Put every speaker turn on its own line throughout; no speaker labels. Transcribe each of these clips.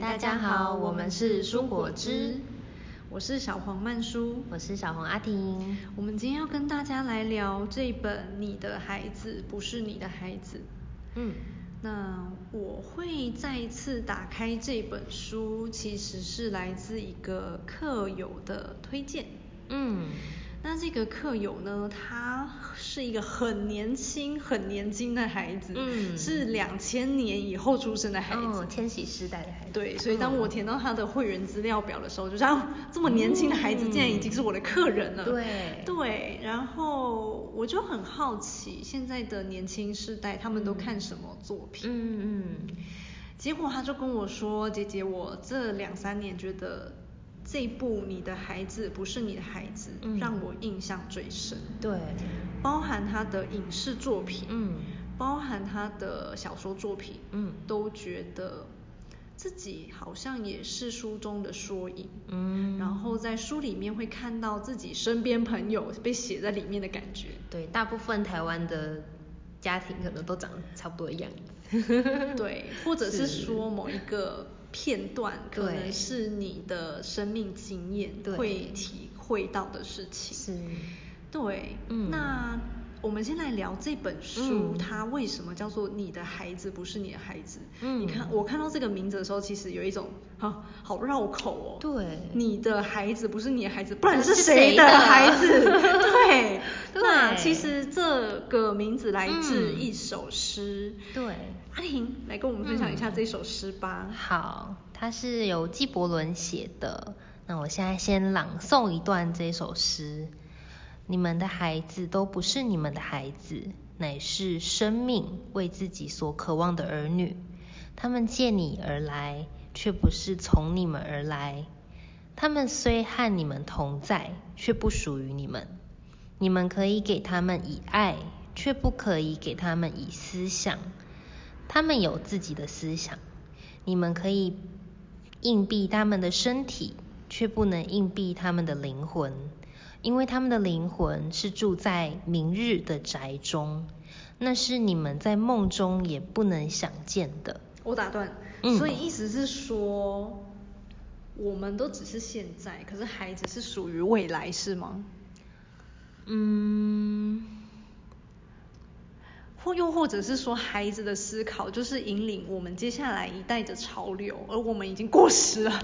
大家好，我们是蔬果汁，
我是小黄曼舒，
我是小红阿婷。
我们今天要跟大家来聊这本《你的孩子不是你的孩子》。
嗯，
那我会再次打开这本书，其实是来自一个客友的推荐。
嗯，
那这个客友呢，他是一个很年轻、很年轻的孩子，
嗯
是两千年以后出生的孩子，
哦，千禧世代的孩子。
对，所以当我填
到
到他的会员资料表的时候，就是啊，这么年轻的孩子竟然已经是我的客人了。
嗯对
对，然后我就很好奇，现在的年轻世代他们都看什么作品？
嗯嗯，
结果他就跟我说：“姐姐，我这两三年觉得这部《你的孩子不是你的孩子》
嗯
让我印象最深。”
对，
包含他的影视作品，
嗯
包含他的小说作品，
嗯
都觉得自己好像也是书中的缩影，
嗯
然后在书里面会看到自己身边朋友被写在里面的感 觉，
对，大部分台湾的家庭可能都长差不多一样。
对，或者是
是
说某一个片段，可
对
能是你的生命经验
对
会体会到的事情，
是，
对，
嗯
那我们先来聊这本书，
嗯
它为什么叫做《你的孩子不是你的孩子》？
嗯
你看我看到这个名字的时候，其实有一种啊，好绕口哦。
对
你的孩子不是你的孩子，不然
是
是
谁
的
的
孩 子？对，
对嗯
那其实这个名字来自一首诗。
对
阿婷来跟我们分享一下
嗯
这首诗吧。
好，它是由纪伯伦写的。那我现在先朗诵一段这首诗：你们的孩子都不是你们的孩子，乃是生命为自己所渴望的儿女。他们借你而来，却不是从你们而来。他们虽和你们同在，却不属于你们。你们可以给他们以爱，却不可以给他们以思想。他们有自己的思想，你们可以硬币他们的身体，却不能硬币他们的灵魂，因为他们的灵魂是住在明日的宅中，那是你们在梦中也不能想见的。
我打断，
嗯
所以意思是说，我们都只是现在，可是孩子是属于未来，是吗？
嗯，
或又或者是说，孩子的思考就是引领我们接下来一代的潮流，而我们已经过时 了，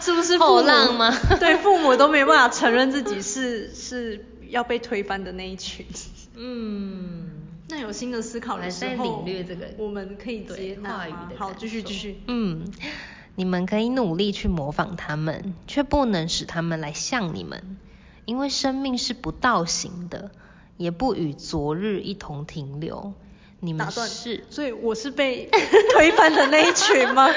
是不是父母？
后浪吗
对，父母都没办法承认自己是是要被推翻的那一 群。
嗯。
那有新的思考的时候，
还在领略这个
我们可以接纳
对话语
吗
的
好，
感
继续
受
继续。
嗯，你们可以努力去模仿他们，却不能使他们来像你们，因为生命是不倒行的，也不与昨日一同停留。你
打
们
断，
是，
所以我是被 推翻的那一群 吗？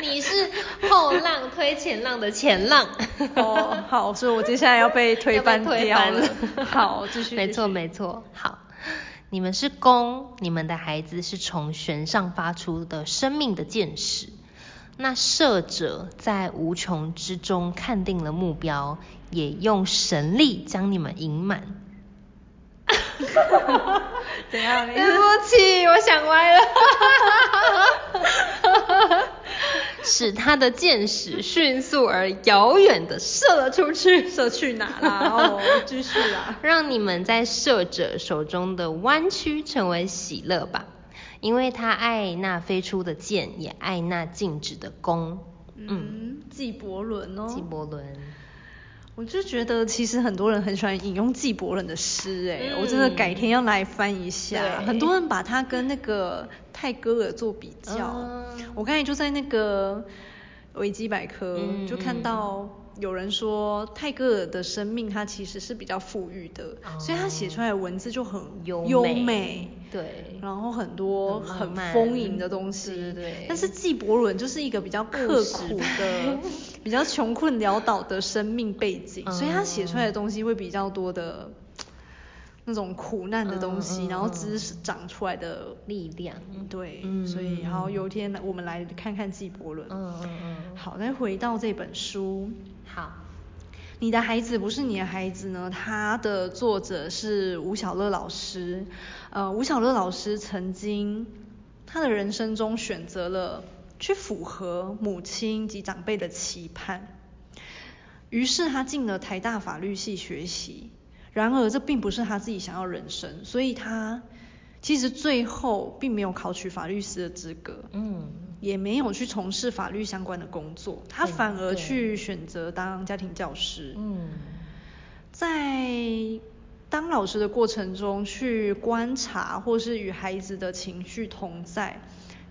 你是后浪推前浪的前浪。
哦，好，所以我接下来要被推翻
要被推
掉
翻
了。 好，继续。
没错，
继续
没错。好，你们是弓，你们的孩子是从弦上发出的生命的箭矢。那射者在无穷之中看定了目标，也用神力将你们引满。
怎样？你
对
是
不起，我想歪了。 使他的箭矢迅速而遥远的射了出去，
射去哪啦？哦，继续啦。
让你们在射者手中的弯曲成为喜乐吧，因为他爱那飞出的箭，也爱那静止的弓。 嗯，
嗯，纪伯伦哦，
纪伯伦，
我就觉得其实很多人很喜欢引用纪伯伦的诗，哎、
嗯
我真的改天要来翻一下。
对
很多人把他跟那个泰戈尔做比较，
嗯
我刚才就在那个维基百科、
嗯
就看到。有人说泰戈尔的生命，他其实是比较富裕的，
哦
所以他写出来的文字就很
优
优
美
美
对
然后很多
很浪
很
漫
丰盈的东西，
对对对
但是纪伯伦就是一个比较刻苦的、比较穷困潦倒的生命背景，
嗯
所以他写出来的东西会比较多的那种苦难的东西，
嗯嗯
然后知识长出来的
力量。
对，
嗯
所以然后有一天我们来看看纪伯伦。
嗯嗯嗯
好，再回到这本书，
好，
你的孩子不是你的孩子呢？它的作者是吴晓乐老师。呃，吴晓乐老师曾经他的人生中选择了去符合母亲及长辈的期盼。于是他进了台大法律系学习，然而这并不是他自己想要人生，所以他其实最后并没有考取法律师的资格，
嗯，
也没有去从事法律相关的工作，他
对
反而
对
去选择当家庭教师，
嗯，
在当老师的过程中，去观察或是与孩子的情绪同在，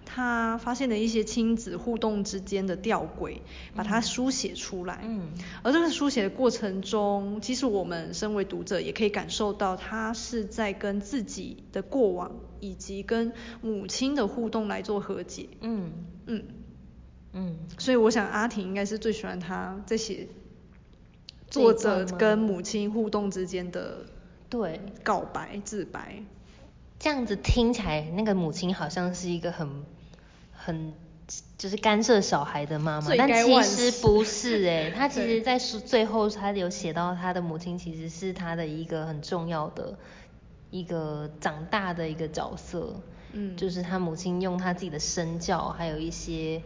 他发现了一些亲子互动之间的吊诡，把它书写出来。
嗯
而这个书写的过程中，其实我们身为读者也可以感受到，他是在跟自己的过往以及跟母亲的互动来做和解。
嗯
嗯，
嗯，
所以我想阿婷应该是最喜欢他在写作者跟母亲互动之间的
对，
告白自白。
这样子听起来，那个母亲好像是一个很很就是干涉小孩的妈妈
罪，
但
该
其
万
实
死
不是哎、她其
对
实在书最后她有写到她的母亲其实是她的一个很重要的一个长大的一个角色，
嗯
就是她母亲用她自己的身教，还有一些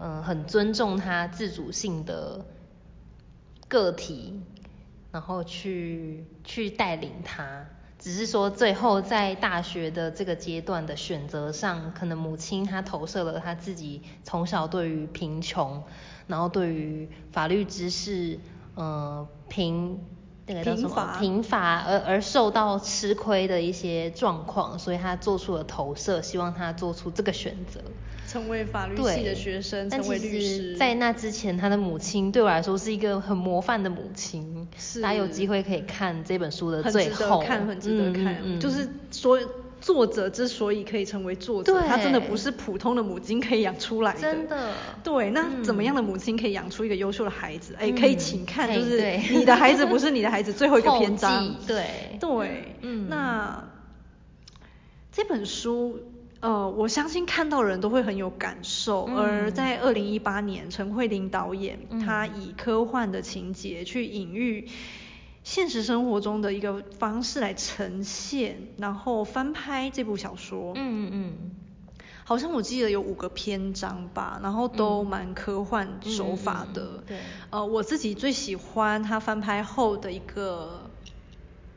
嗯、呃很尊重她自主性的个体，然后去去带领他。只是说最后在大学的这个阶段的选择上，可能母亲她投射了她自己从小对于贫穷，然后对于法律知识，呃，贫那个叫什
贫
么
乏
贫乏而呃而受到吃亏的一些状况，所以她做出了投射，希望她做出这个选择。
成为法律
对，
系的学生，
但
成为
其
律
实
师，
在那之前，他的母亲对我来说是一个很模范的母亲。
是
大家有机会可以看这本书的
很
最
值
后，
得看，很值得看。
嗯嗯嗯
就是所作者之所以可以成为作者，
对
他真的不是普通的母亲可以养出来的。
真的
对，那怎么样的母亲可以养出一个优秀的孩子？哎、可以
嗯
请看，
哎
就是
对
你的 孩子不是你的孩子，最后一个篇章
后记。对
对，
嗯
那这本书。呃，我相信看到的人都会很有感受。
嗯
而在二零一八年，陈慧琳导演、
嗯
她以科幻的情节去隐喻现实生活中的一个方式来呈现，然后翻拍这部小说。
嗯嗯嗯，
好像我记得有五个篇章吧，然后都
嗯
蛮科幻手法的。
嗯嗯嗯对
呃，我自己最喜欢它翻拍后的一个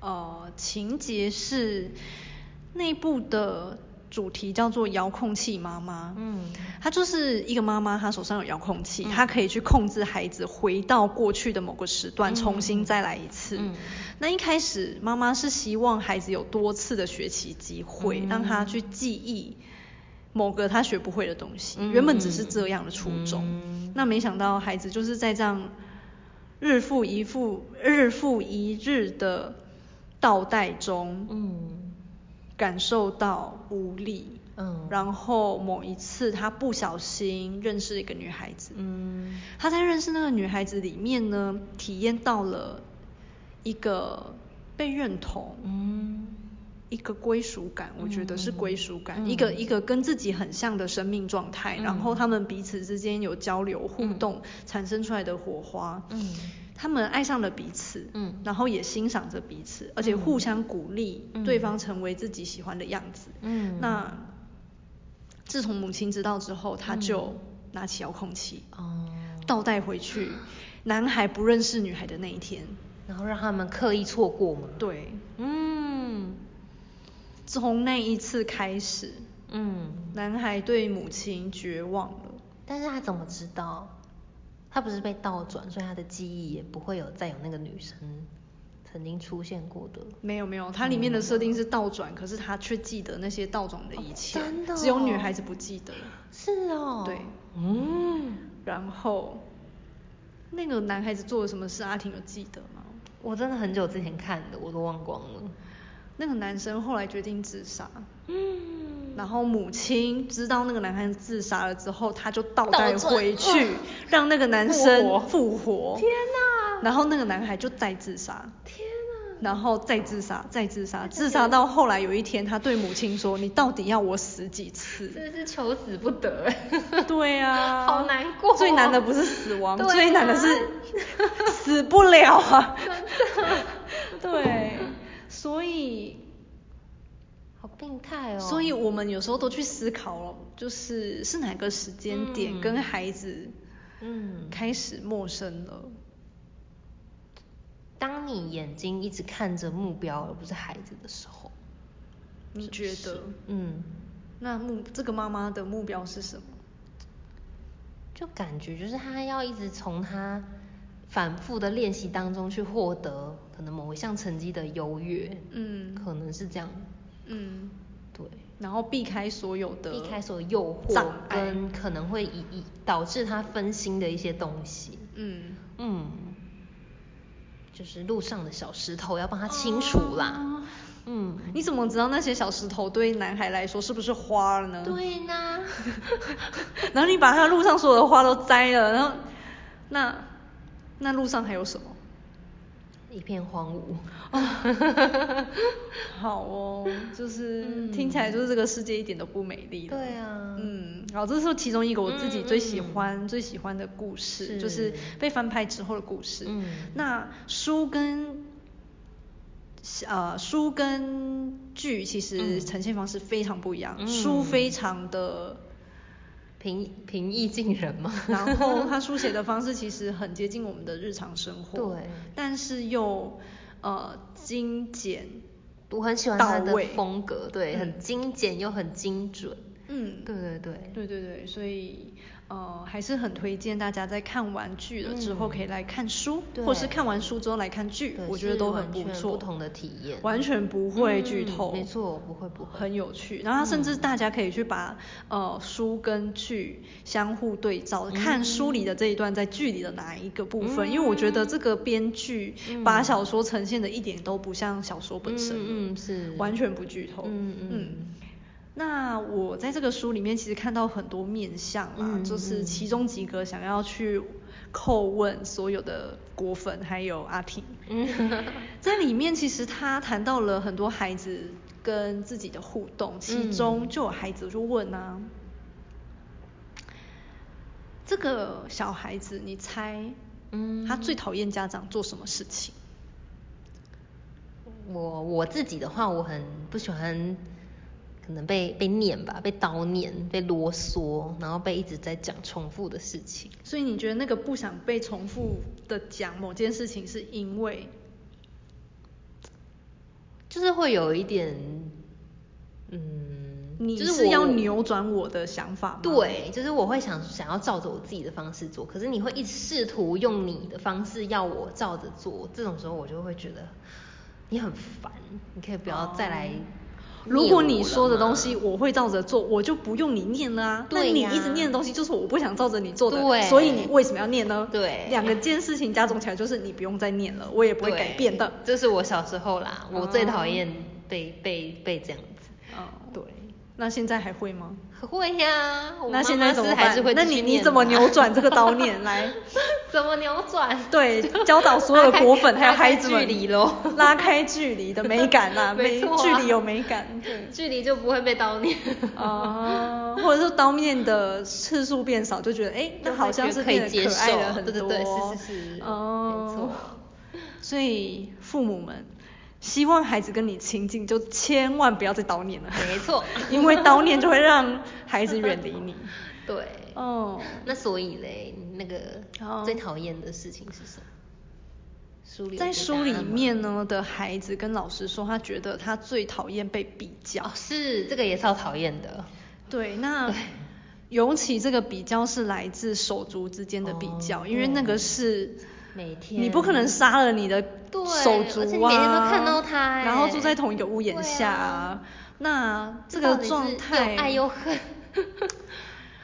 呃情节是内部的主题叫做遥控器妈妈。
嗯
她就是一个妈妈，她手上有遥控器，
嗯
她可以去控制孩子回到过去的某个时段，
嗯
重
嗯
新
嗯
再来一次。
嗯
那一开始，妈妈是希望孩子有多次的学习机会，
嗯
让他去记忆某个他学不会的东西。
嗯
原本只是这样的初衷，
嗯
那没想到孩子就是在这样日复一复、日复一日的倒带中，
嗯
感受到无力。
嗯，
然后某一次，他不小心认识一个女孩子，
嗯
他在认识那个女孩子里面呢，体验到了一个被认同，
嗯
一个归属感，我觉得是归属感，
嗯
一个一个跟自己很像的生命状态，
嗯
然后他们彼此之间有交流互
嗯
动，产生出来的火花，
嗯
他们爱上了彼此，
嗯
然后也欣赏着彼此，而且互相鼓励
嗯
对方成为自己喜欢的样子。
嗯
那自从母亲知道之后，他
嗯
就拿起遥控器，
哦，
倒带回去，男孩不认识女孩的那一天。
然后让他们刻意错过嘛。，
对，
嗯
从那一次开始，
嗯，
男孩对母亲绝望了。
但是他怎么知道？他不是被倒转，所以他的记忆也不会有再有那个女生曾经出现过的。
没有没有，它里面的设定是倒转，可是他却记得那些倒转的一切，
哦真的哦
只有女孩子不记得。
是哦。
对
嗯，
然后，那个男孩子做了什么事，阿婷有记得吗？
我真的很久之前看的，我都忘光了。
那个男生后来决定自杀，
嗯，
然后母亲知道那个男孩子自杀了之后，他就倒
倒
带
转
回去
哇，
让那个男
复
生
活
复活。
天哪
然后那个男孩就再自杀。
天哪！
然后再自杀，再自杀，自杀到后来有一天，他对母亲说：“你到底要我死几次
真的是求死不得。？”
对啊，
好难过哦
最难的不是死亡，
对啊
最难的是 死不了啊。
真的。
对，所以
好病态哦。
所以我们有时候都去思考了，就是是哪个时间点
嗯
跟孩子
嗯
开始陌生了。
当你眼睛一直看着目标而不是孩子的时候，
你
是不
觉得？
是嗯，
那目这个妈妈的目标是什么？
就感觉就是他要一直从他反复的练习当中去获得可能某一项成绩的优越，
嗯
可能是这样，
嗯，
对，
然后避开所有的
避开所有诱惑哎
障碍。
跟可能会以以导致他分心的一些东西，
嗯，
嗯，就是路上的小石头要帮他清除啦，
哦
嗯，
你怎么知道那些小石头对男孩来说是不是花了呢？。
对呢，
然后你把他路上所有的花都摘了，然后那那路上还有什么？
一片荒芜，
好哦，就是、
嗯
听起来就是这个世界一点都不美丽了。
对啊
嗯，好，这是其中一个我自己最喜
嗯嗯
欢、最喜欢的故事，
是
就是被翻拍之后的故事。
嗯
那书跟呃书跟剧其实
嗯
呈现方式非常不一样，
嗯
书非常 的。
平平易近人嘛，
然后他书写的方式其实很接近我们的日常生活，
对
但是又呃精简，
我很喜欢他
到
的
位
风格，对，
嗯
很精简又很精准。
嗯，
对对对，
对对对，所以呃还是很推荐大家在看完剧了之后
嗯
可以来看书，
对
或是看完书之后来看剧
对，
我觉得
是
都
完
很不
全
错，
不同的体验
完全不会剧
嗯
透，
没错不会不会
很有趣。然后它甚至大家可以去把、呃书跟剧相互对照，
嗯
看书里的这一段在剧里的哪一个部分，因为我觉得这个编剧
嗯
把小说呈现的一点都不像小说本身了，
嗯嗯是
完全不剧透，
嗯嗯
那我在这个书里面其实看到很多面相啦，
嗯
就是
嗯
其中几个想要去叩问所有的果粉还有阿婷。
嗯
在里面其实他谈到了很多孩子跟自己的互动，其
嗯
中就有孩子就问啊，这个小孩子你猜，
嗯
他最讨厌家长做什么事情？
我我自己的话，我很不喜欢，可能被被念吧，被叨念，被啰嗦，然后被一直在讲重复的事情。
所以你觉得那个不想被重复的讲某件事情，是因为
就是会有一点，嗯，
你
就是我
要扭转我的想法吗？，
对，就是我会想想要照着我自己的方式做，可是你会一直试图用你的方式要我照着做，这种时候我就会觉得你很烦，你可以不要再来念我了吗。
哦如果你说的东西我会照着做，我就不用你念了啊。那
对
你
呀
一直念的东西就是我不想照着你做的，
对
所以你为什么要念呢？
对
两个件事情加总起来就是你不用再念了，我也不会
对
改变的。
这是我小时候啦，我最讨厌被、被被这样子。
哦，
对，
那现在还会吗？
会呀、我
那
妈
现
妈
在怎
是
么
还
办
是会？
那你你怎么扭？转这个叨念来？
啊 怎么扭转？
对，教导所有的果粉还有
拉开
孩子们
距离咯
拉开距离的 美感 啦，
没
美
错啊
距离有美感， 对。
距离就不会被叨念。
哦，或者是当面的次数变少，就觉得哎、诶那好像是
可以
变得
接
可爱
受
了很多。
对对对，是是是，没
哦
错，。
所以父母们希望孩子跟你亲近，就千万不要再叨念了。
没错
因为叨念就会让孩子远离你。
对。
哦，
那所以嘞，你那个
哦
最讨厌的事情是什么？书里有
在
给答
书
案
里
吗
面呢的孩子跟老师说，他觉得他最讨厌被比较
哦，。是这个也超讨厌的。
对，那尤其这个比较是来自手足之间的比较，
哦
因为那个是
每天
你不可能杀了你的
对
手足啊，
而且你每天都看到他欸
然后住在同一个屋檐下、啊那这个
到底是
状态
又爱又 恨，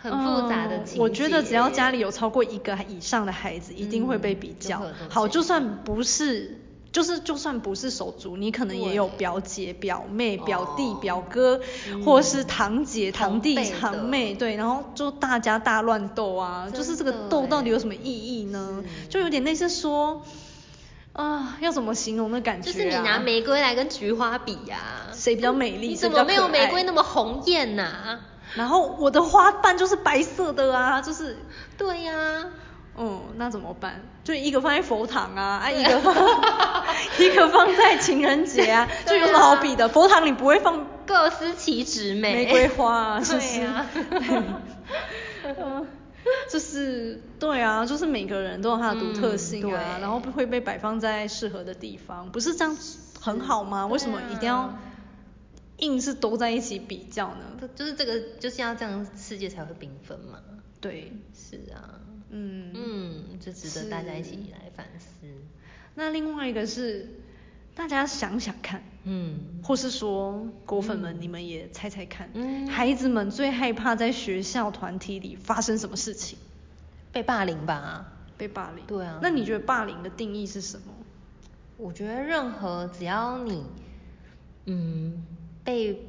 很复杂的
嗯
情、
我觉得只要家里有超过一个以上的孩子，一定会被比较。
嗯有可能
好，就算不是。就是就算不是手足，你可能也有
对
表姐、表妹、
哦
表弟、表哥，
嗯
或是堂姐、堂弟、
同辈的
堂妹，对，然后就大家大乱斗啊，
真的欸
就是这个斗到底有什么意义呢？
是
就有点类似说，啊、要怎么形容的感觉、
就
啊？
是你拿玫瑰来跟菊花比呀、
谁比较美丽，
你
谁
怎
比较
么
可
没有玫
爱
瑰那么红艳呐、
然后我的花瓣就是白色的啊，就是
对呀、
嗯，那怎么办？就一个放在佛堂啊，啊一
啊
个放一个放在情人节啊，就有什么好比的？佛堂里不会放
各司其职美。
玫瑰花啊，是不
对
是？
啊
嗯就是对啊，就是每个人都有他的独特性
嗯
啊，
对
然后会被摆放在适合的地方，不是这样很好吗？
对啊
为什么一定要硬是都在一起比较呢？
就是这个就是要这样，世界才会缤纷嘛。
对，
是啊，
嗯
嗯，这值得大家一起
是
来反思。
那另外一个是，大家想想看，
嗯，
或是说果粉们，你们也猜猜看，
嗯
孩子们最害怕在学校团体里发生什么事情？
被霸凌吧。
被霸凌。
对啊
那你觉得霸凌的定义是什么？
我觉得任何只要你，嗯，被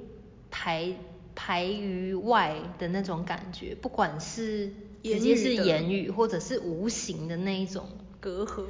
排排于外的那种感觉，不管是直
言
接
语
是
的
言语，或者是无形的那一种，
隔阂、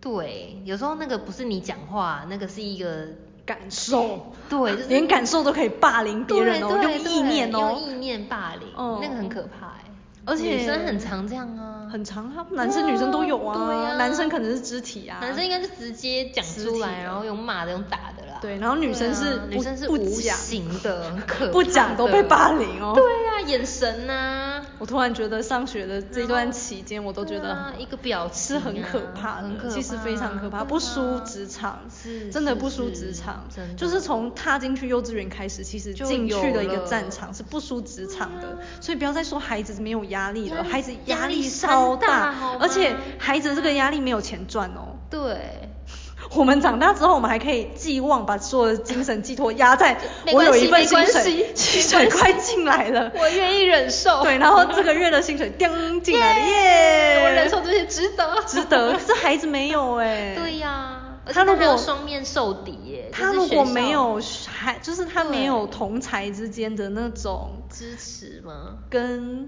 对，有时候那个不是你讲话，那个是一个
感受，
对，就是
连感受都可以霸凌别人哦，
对
用
对
意念
对
哦，
用意念霸凌，
嗯
那个很可怕哎、
而且
女生很常这样啊，
很长啊，男生女生都有啊，
对啊
男生可能是肢体啊，
男生应该是直接讲出
肢体
来，
的
然后用骂的、用打的啦。
对然后女生是
对啊
不
女生是
不
无
讲
形的，很可怕的
不讲都被霸凌哦
对啊，眼神呐、
我突然觉得上学的这段期间，我都觉
对
得、
啊一个表情
是很可怕
啊
的，
很可怕
其实非常可怕，
对啊
不输职场，
是
真的
是
不输
是
职场
真的，
就是从踏进去幼稚园开始，其实
就
进去的一
有
个
了
战场是不输职场的
对啊，
所以不要再说孩子没有压力
压
了，
力
孩子
压
压
力
力
山
超
大好
而且
吗
孩子这个压力没有钱赚哦。
对，
我们长大之后，我们还可以寄望把所有的精神寄托压在
没
我
关
有
系
一份
没
薪
关系
水，薪水快进来了，
我愿意忍受。
对，然后这个月的薪水叮进来 了，耶！
我忍受这些值得，
值 得，这孩子没有哎、
对呀、而且
他如
还有
果
双面受敌耶，就
他
是
如
学
果
校
没有还就是他
对
没有同才之间的那种
支持吗？
跟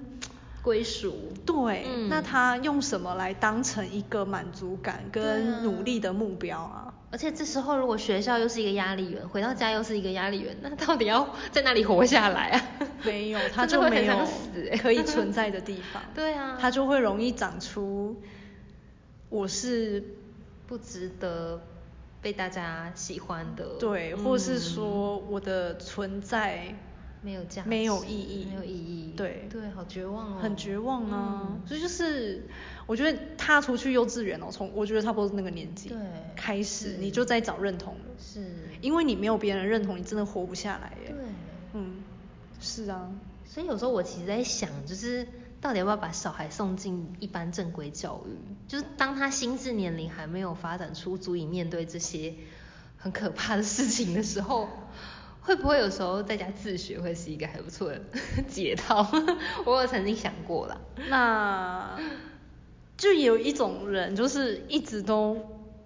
归属，
对、
嗯
那他用什么来当成一个满足感
对啊
跟努力的目标啊？
而且这时候如果学校又是一个压力源，回到家又是一个压力源，那到底要在那里活下来啊？
没 有，他
真
就
的会
没
很
有
想死欸，
可以存在的地方
对啊
他就会容易长出我是
不值得被大家喜欢的，
对，
嗯
或是说我的存在
没有价
嗯
值，
没有意义
没有意义，
对
对，好绝望哦，
很绝望啊！
嗯
所以就是，我觉得踏出去幼稚园哦，从我觉得差不多是那个年纪
对
开始
是，
你就在找认同了，
是，
因为你没有别人认同，你真的活不下来耶。
对，
嗯，是 啊，
所以有时候我其实在想，就是到底要不要把小孩送进一般正规教育？就是当他心智年龄还没有发展出足以面对这些很可怕的事情的时候， 会不会有时候在家自学会是一个还不错的解套？ 我有曾经想过啦。
那就有一种人就是一直都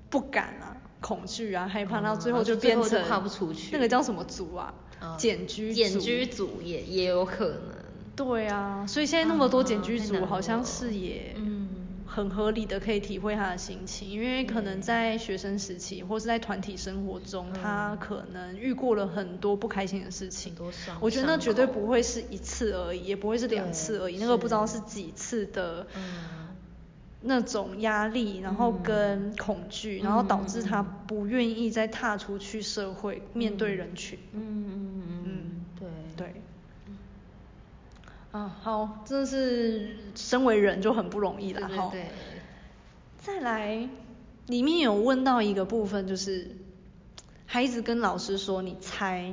不敢啊，恐惧啊，害怕，
嗯
到最后
然后就
就变
最后
成
就跨不出去
那个叫什么族啊？
啊
简居
简
族
居组也也有可能，
对啊，所以现在那么多
啊
检举
太
组
难
好
了
像是也，
嗯
很合理的可以体会他的心情，因为可能在学生时期或是在团体生活中，他可能遇过了很多不开心的事情
很多伤。
我觉得那
伤
绝对
口
不会是一次而已，也不会是两
对
次而已，那个不知道
是
是几次的。
嗯，
那种压力，然后跟恐
嗯
惧，然后导致他不愿意再踏出去社会，面对人群。
嗯嗯嗯嗯，对
对。啊，好，真的是身为人就很不容易了
对
哈。
对对，
再来，里面有问到一个部分，就是孩子跟老师说你猜，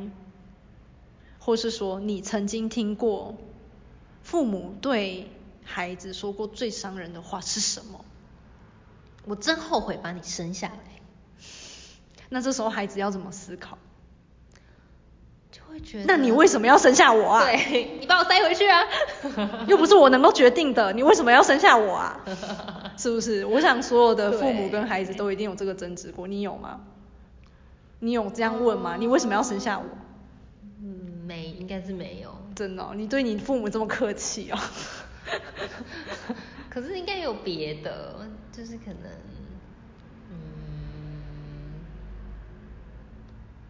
或是说你曾经听过父母对孩子说过最伤人的话是什么？
我真后悔把你生下来。
那这时候孩子要怎么思考？
就会觉得，
那你为什么要生下我啊？
对你把我塞回去啊！
又不是我能够决定的，你为什么要生下我啊？ 是不是？我想所有的父母跟孩子都一定有这个争执过，你有吗？你有这样问吗？你为什么要生下我？
嗯，没，应该是没有。
真的哦、你对你父母这么客气哦。
可是应该有别的，就是可能，嗯，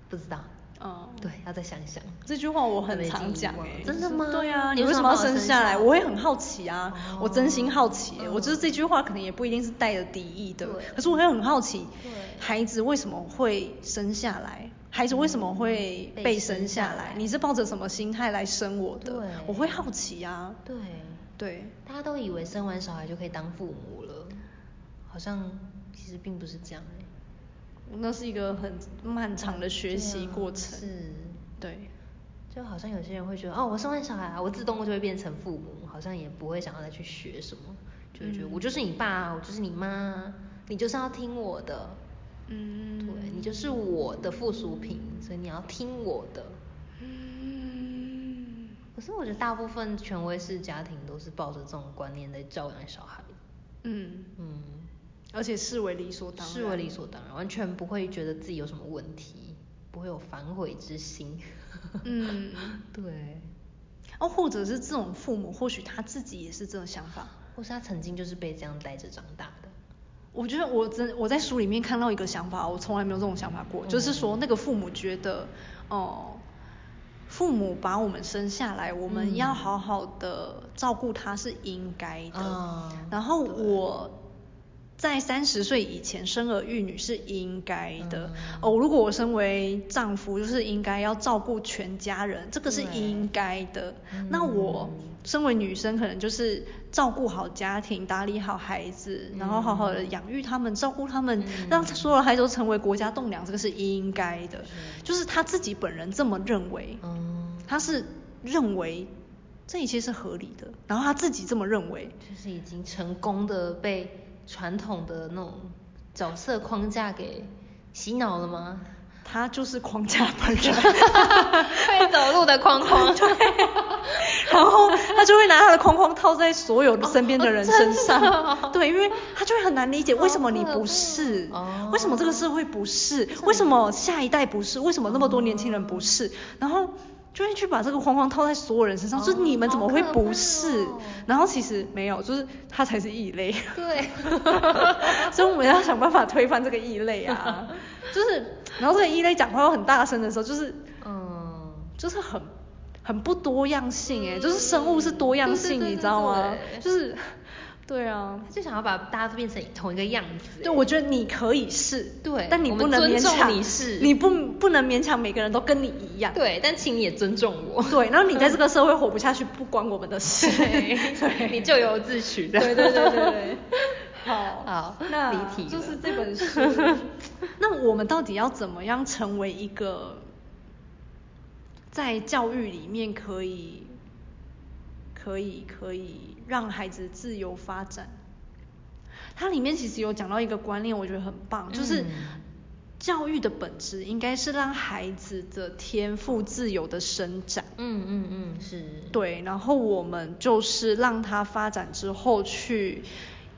不知道。
哦，
对，要再想想。
这句话我很常讲
可能已
哎、
经忘了真的吗
对啊，你
你为
为
什
什
么
么
要
要
生
生
下
下
来
来？我会很好奇啊，
哦
我真心好奇、欸
嗯
我就是这句话可能也不一定是带着敌意的
对，
可是我会很好奇
对，
孩子为什么会生下来？孩子为什么会
嗯被
被
生
生
下
下来
来？
你是抱着什么心态来生我的
对？
我会好奇啊。
对，
对，
大家都以为生完小孩就可以当父母了，好像其实并不是这样欸
那是一个很漫长的学习
对啊
过程。
是
对，
就好像有些人会觉得，哦，我生完小孩啊，我自动就会变成父母，好像也不会想要再去学什么，就会觉得、
嗯
我就是你爸啊，我就是你妈啊，你就是要听我的，
嗯
对你就是我的附属品，所以你要听我的。
嗯，
可是我觉得大部分权威式家庭都是抱着这种观念在教养小孩，
嗯，
嗯，
而且视为理所当然，
视为理所当然，完全不会觉得自己有什么问题，不会有反悔之心。
嗯
对，
哦，或者是这种父母，或许他自己也是这种想法。
或是他曾经就是被这样带着长大的。
我觉得我真我在书里面看到一个想法，我从来没有这种想法过，
嗯
就是说那个父母觉得，哦、父母把我们生下来，我们
嗯
要好好的照顾他是应该的。
啊
然后
对
我在三十岁以前生儿育女是应该的。
嗯
哦，如果我身为丈夫，就是应该要照顾全家人，这个是
对
应该的
嗯。
那我身为女生，可能就是照顾好家庭，打理好孩子，然后好好的养育他们，照顾他们，
嗯
让所有的孩子都成为国家栋梁，这个是应该的。就是他自己本人这么认为，
嗯，
他是认为这一切是合理的，然后他自己这么认为，
就是已经成功的被传统的那种角色框架给洗脑 了吗？
他就是框架本人，
会走路的框 框，
然后他就会拿他的框框套在所有的身边的人身上，
哦哦真的哦
对，因为他就会很难理解
好
为什么你
可
不
怕
是，
哦
为什么这个社会不是，为什么下一代不是，为什么那么多年轻人不是，然后就会去把这个框框套在所有人身上，
哦
就是你们怎么会
好可怕
不是？
哦
然后其实没有，就是他才是异 类。
对，
所以我们要想办法推翻这个异类啊，就是，然后这个异类讲话又很大声的时候，就是
嗯，
就是很很不多样性哎、就是生物是多样性，
对对对
你知道吗
对？
就是对啊，
就想要把大家都变成同一个样子。
对，我觉得你可以是，
对
但你
我
不
们
能
尊
勉
重
强
你是
你不不能勉强每个人都跟你一样。
对，但请你也尊重我。
对，然后你在这个社会活不下去，不关我们的事。
对，你咎由自取的。
对对对对 对。好，
好
那
离题了
就是这本 书。那我们到底要怎么样成为一个在教育里面可以、可以、可以让孩子自由发展？它里面其实有讲到一个观念，我觉得很棒，就是
嗯
教育的本质应该是让孩子的天赋自由的生长。
嗯嗯嗯，是。
对，然后我们就是让它发展之后去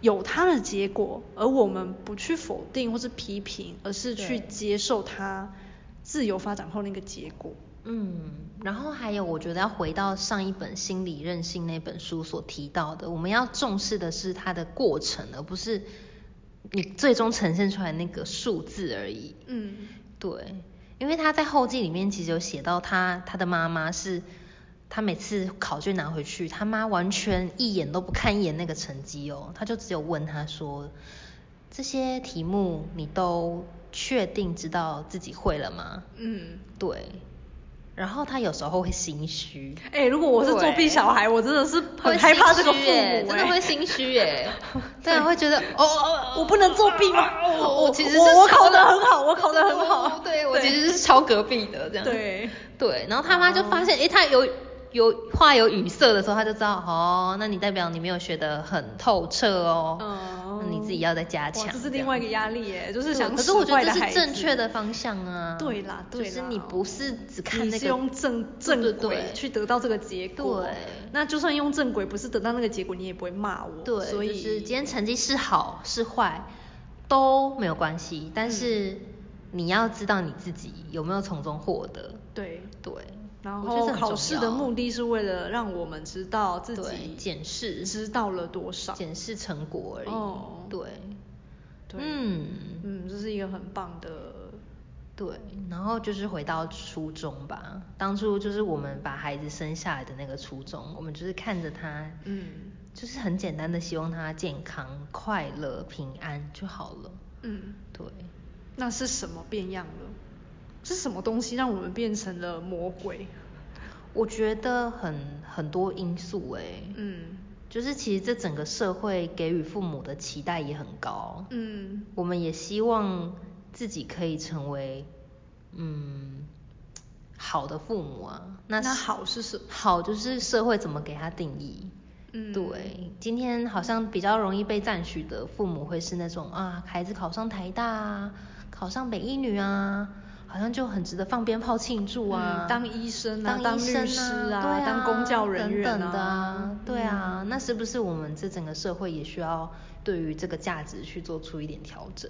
有它的结果，而我们不去否定或是批评，而是去
对
接受它自由发展后那个结果。
嗯，然后还有，我觉得要回到上一本《心理韧性》那本书所提到的，我们要重视的是它的过程，而不是你最终呈现出来那个数字而已。
嗯
对，因为他在后记里面其实有写到他他的妈妈是，他每次考卷拿回去，他妈完全一眼都不看一眼那个成绩哦，他就只有问他说，这些题目你都确定知道自己会了吗？
嗯，
对，然后他有时候会心虚，
哎、如果我是作弊
对
小孩，我真的是
会
很害怕这
心
个父母、
虚
哎
耶真的会心虚耶 对啊，会觉得哦哦，
我不能作弊吗？
啊我我其实是
我我
抄
考
的
得很好，我考得很 好。
对我其实是抄隔壁的这样。
对
对，然后他妈就发现，诶，他有有话有语塞的时候，他就知道，哦，那你代表你没有学得很透彻哦，
哦
那你自己要再加强。
哇这是另外一个压力耶，就是
对
想
可是
使
我觉
坏
得这
的孩
是正
子
确的方向啊。
对啦对啦
就是你不是只看
你
那
是
个，
用正正
对
轨
对
去得到这个结果。
对
那就算用正轨不是得到那个结果，你也不会骂我。
对，
所以
就是今天成绩是好是坏都没有关系，
嗯
但是你要知道你自己有没有从中获得。
对。
对，
然
我觉得
后
这很
考
重
试的
要
目的是为了让我们知道自
对
己
检视
知道了多少。
检视成果而已。
哦
对，
对，
嗯
嗯，这是一个很棒的。
对，然后就是回到初衷吧。当初就是我们把孩子生下来的那个初衷，我们就是看着他，
嗯
就是很简单的希望他健康、快乐、平安就好了。
嗯，
对，
那是什么变样了？是什么东西让我们变成了魔鬼？
我觉得很很多因素哎、
嗯
就是其实这整个社会给予父母的期待也很高，
嗯
我们也希望自己可以成为嗯好的父母啊。那
那
是
好是什么
好就是社会怎么给他定义？
嗯
对，今天好像比较容易被赞许的父母会是那种啊，孩子考上台大啊，考上北一女啊，好像就很值得放鞭炮庆祝啊，
嗯当医生啊
当
当
医生
律师
啊，
啊
对啊
当公教人员
等等的
啊
对啊，那是不是我们这整个社会也需要对于这个价值去做出一点调整？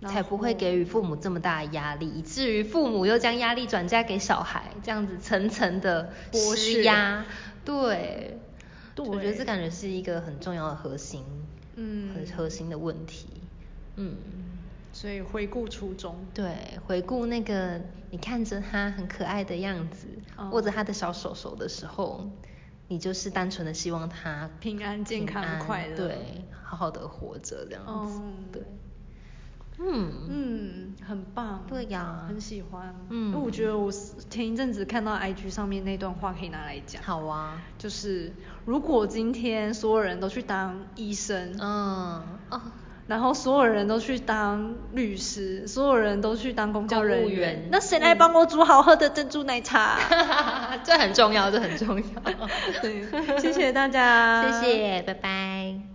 然
才不会
后
给予父母这么大的压力，以至于父母又将压力转嫁给小孩，这样子层层的
剥
施
削
压。对，
对
我觉得这感觉是一个很重要的核心，
嗯
很核心的问题。嗯，
所以回顾初衷，
对，回顾那个你看着他很可爱的样子，
哦
握着他的小手手的时候，你就是单纯的希望他
平安健
平
康
安
快乐
对，好好的活着这样子。
嗯
对，嗯。
嗯，很棒，
对呀
很喜欢，
嗯
我觉得我是前一阵子看到 IG 上面那段话可以拿来讲，
好啊，
就是如果今天所有人都去当医生，
嗯，哦，
然后所有人都去当律师，所有人都去当公交
公
人
务员
员，那谁来帮我煮好喝的珍珠奶 茶？
这很重要，这很重要。
对，谢谢大家，
谢谢，拜拜。